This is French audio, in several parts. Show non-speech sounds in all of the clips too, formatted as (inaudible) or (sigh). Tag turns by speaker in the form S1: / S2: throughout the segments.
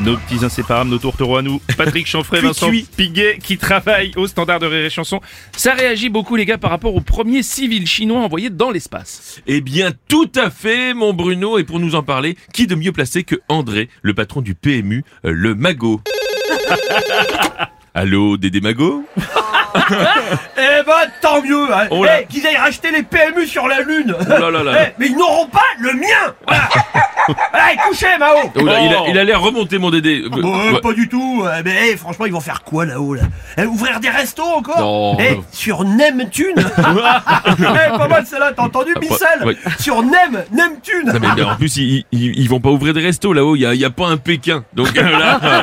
S1: Nos petits inséparables, nos tourtereaux à nous, Patrick Chanfray, Vincent Piguet, qui travaille au standard de Rire et Chanson. Ça réagit beaucoup, les gars, par rapport au premier civil chinois envoyé dans l'espace.
S2: Eh bien, tout à fait, mon Bruno. Et pour nous en parler, qui de mieux placé que André, le patron du PMU, euh, le magot (laughs) Allô, Dédé Magot
S3: Oh Eh ben, tant mieux hein.
S2: Oh là. Oh
S3: Eh, Qu'ils aillent racheter les PMU sur la Lune
S2: là là là.
S3: Eh, Mais ils n'auront pas le mien Voilà
S2: (laughs)
S3: Allez, couchez, Mao
S2: Oh là, il, a, il a l'air remonté, mon Dédé. Euh,
S3: Bon, euh,
S2: ouais.
S3: pas du tout Eh, Mais eh, franchement, ils vont faire quoi, là-haut, là, Eh, Ouvrir des restos, encore
S2: Non. euh.
S3: Eh, Sur
S2: (laughs)
S3: Neptune Eh, Pas mal, celle-là, t'as entendu, Michel
S2: Ah, ouais.
S3: Sur Nem, Neptune
S2: Non, mais, mais en plus, ils, ils, ils vont pas ouvrir des restos là-haut. Il y a, il y a pas un Pékin. Donc (laughs) euh, là, euh,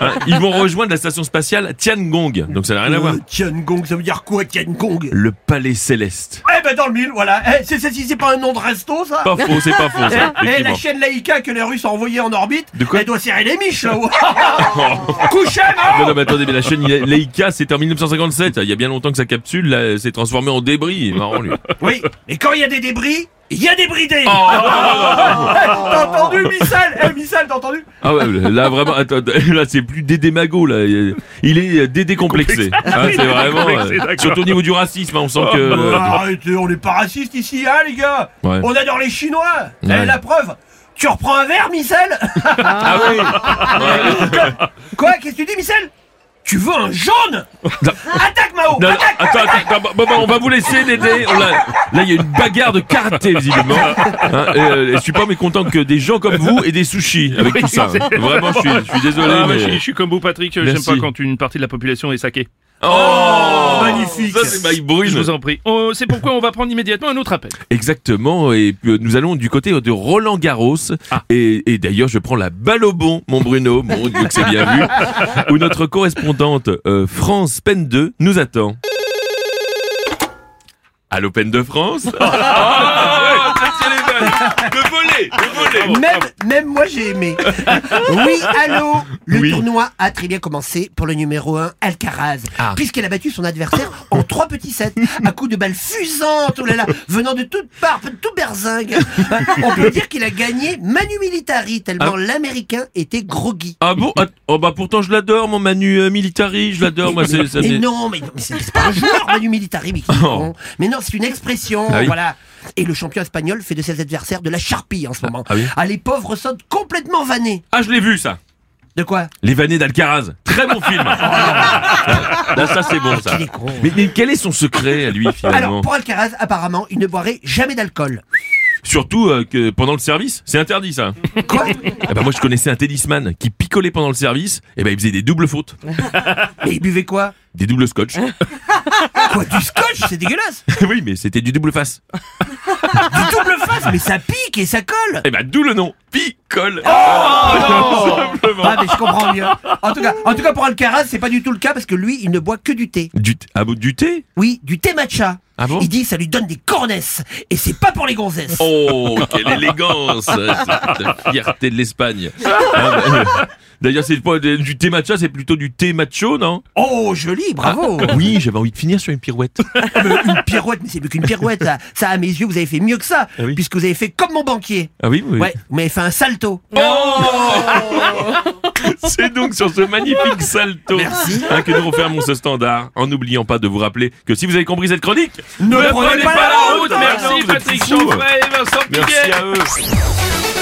S2: hein, ils vont rejoindre la station spatiale Tiangong. Donc ça n'a rien à voir.
S3: Euh, Tiangong, ça veut dire quoi, Tiangong
S2: Le palais céleste.
S3: Eh ben, dans le mille, voilà Eh, C'est c'est- c'est pas un nom de resto, ça
S2: Pas faux, c'est pas faux.
S3: (laughs)
S2: Ça,
S3: Eh, eh, la
S2: effectivement.
S3: chaîne Laïka que les Russes ont envoyée en orbite,
S2: De quoi
S3: elle doit serrer les miches
S2: (laughs)
S3: là-haut. Couchez, hein. Mao
S2: Non, non, mais attendez, mais la chaîne La- Laïka, c'était en 1957. Il y a bien longtemps que sa capsule là, s'est transformée en débris. Il est Marrant, lui.
S3: Oui, mais quand il y a des débris, il y a des
S1: Oh
S3: bridés
S2: Oh.
S3: (laughs) T'as entendu, Missal Eh, Missal, t'as entendu
S2: Ah ouais, là, vraiment, attends, là, c'est plus Dédé Mago, là. Il est euh, Dédé complexé. Hein, c'est vraiment. euh,
S1: Dédé complexé, Oh
S2: surtout au niveau du racisme, hein, on sent que.
S3: Ah, Arrêtez, on n'est pas raciste ici, hein, les gars
S2: Ouais.
S3: On adore les Chinois
S2: Ouais.
S3: Eh, la preuve tu reprends un verre,
S2: (laughs)
S3: Missel
S2: Ah oui
S3: Quoi Qu'est-ce que tu dis, Missel Tu veux un jaune Attaque, Mao
S2: Non, non,
S3: Attaque
S2: attends, attends, attends, bon, bon, on va vous laisser, Dédé. On l'a- là, il y a une bagarre de karaté, visiblement. Hein, et, euh, et je suis pas mécontent que des gens comme vous aient des sushis avec tout ça. hein. Vraiment, je suis, je suis désolé.
S1: Ah, moi,
S2: mais-
S1: je, suis- je suis comme vous, Patrick. euh, J'aime
S2: Merci.
S1: pas quand une partie de la population est saquée.
S2: Oh,
S3: magnifique.
S2: Ça, c'est Mike
S1: Je
S2: Brune.
S1: vous en prie. Oh, c'est pourquoi on va prendre immédiatement un autre appel.
S2: Exactement, et euh, nous allons du côté de Roland Garros. Et, et d'ailleurs, je prends la balle au bon, mon Bruno, mon Dieu que c'est bien (laughs) vu, où notre correspondante euh, France Pen 2 nous attend. Allô, Pen de France (laughs) Ah, ouais, ça, c'est les bonnes. Le volet, le volet.
S4: Même, même moi j'ai
S2: (laughs)
S4: aimé. Oui, allô Le
S2: Oui.
S4: tournoi a très bien commencé pour le numéro 1, Alcaraz,
S2: Ah.
S4: puisqu'elle a battu son adversaire en trois petits sets, à coups de balles fusantes, oh là là, venant de toutes parts, de tout berzingue. On peut dire qu'il a gagné Manu Militari, tellement l'Américain était groggy.
S2: Ah bon Ah, Oh bah pourtant je l'adore mon Manu euh, Militari, je l'adore moi c'est ça
S4: Mais
S2: me-
S4: non, mais, non, mais c'est c'est pas un joueur, Manu Militari, mais qui est
S2: Oh.
S4: con. Mais non, c'est une expression,
S2: Ah oui.
S4: voilà. Et le champion espagnol fait de ses adversaires de la charpie en ce moment.
S2: ah oui.
S4: les pauvres sont complètement vannés.
S2: Ah je l'ai vu ça.
S4: De quoi
S2: Les Vannées d'Alcaraz, très bon (laughs) film. Là ça c'est bon ça.
S4: Il est con.
S2: Mais, mais Ah, quel est son secret à lui finalement
S4: Alors, pour Alcaraz, apparemment, il ne boirait jamais d'alcool.
S2: Surtout euh, que pendant le service, c'est interdit ça.
S4: Quoi
S2: Eh ben moi je connaissais un tennisman qui picolait pendant le service, et ben il faisait des doubles fautes,
S4: Mais il buvait quoi
S2: des doubles (laughs) scotch.
S4: Quoi Du scotch C'est dégueulasse
S2: oui mais c'était du double face.
S4: Du double face Mais ça pique et ça colle
S2: Et ben d'où le nom, picole.
S4: Ah, mais je comprends mieux. En tout cas, en tout cas pour Alcaraz, c'est pas du tout le cas parce que lui, il ne boit que du thé.
S2: Du, t- ah bon, du thé
S4: Oui, du thé matcha.
S2: Ah bon
S4: il dit ça lui donne des cornesses et c'est pas pour les gonzesses.
S2: Oh quelle élégance, la fierté de l'Espagne. Ah, ben, euh, D'ailleurs c'est pas de- du thé matcha, c'est plutôt du thé macho non
S4: Oh, joli, bravo.
S2: Oui j'avais envie de finir sur une pirouette.
S4: Mais une pirouette, mais c'est mieux qu'une pirouette. Ça, ça, à mes yeux, vous avez fait mieux que ça,
S2: Ah oui.
S4: puisque vous avez fait comme mon banquier.
S2: Ah oui, oui. Oh,
S4: Ouais, vous m'avez fait un salto.
S2: (laughs) C'est donc sur ce magnifique salto hein, que nous refermons ce standard, en n'oubliant pas de vous rappeler que si vous avez compris cette chronique,
S4: Ne
S2: ne
S4: prenez pas la route,
S2: Merci
S1: Merci, Patrick
S2: Chanfray.
S1: Chanfray et Vincent Piguet.
S2: Merci à eux.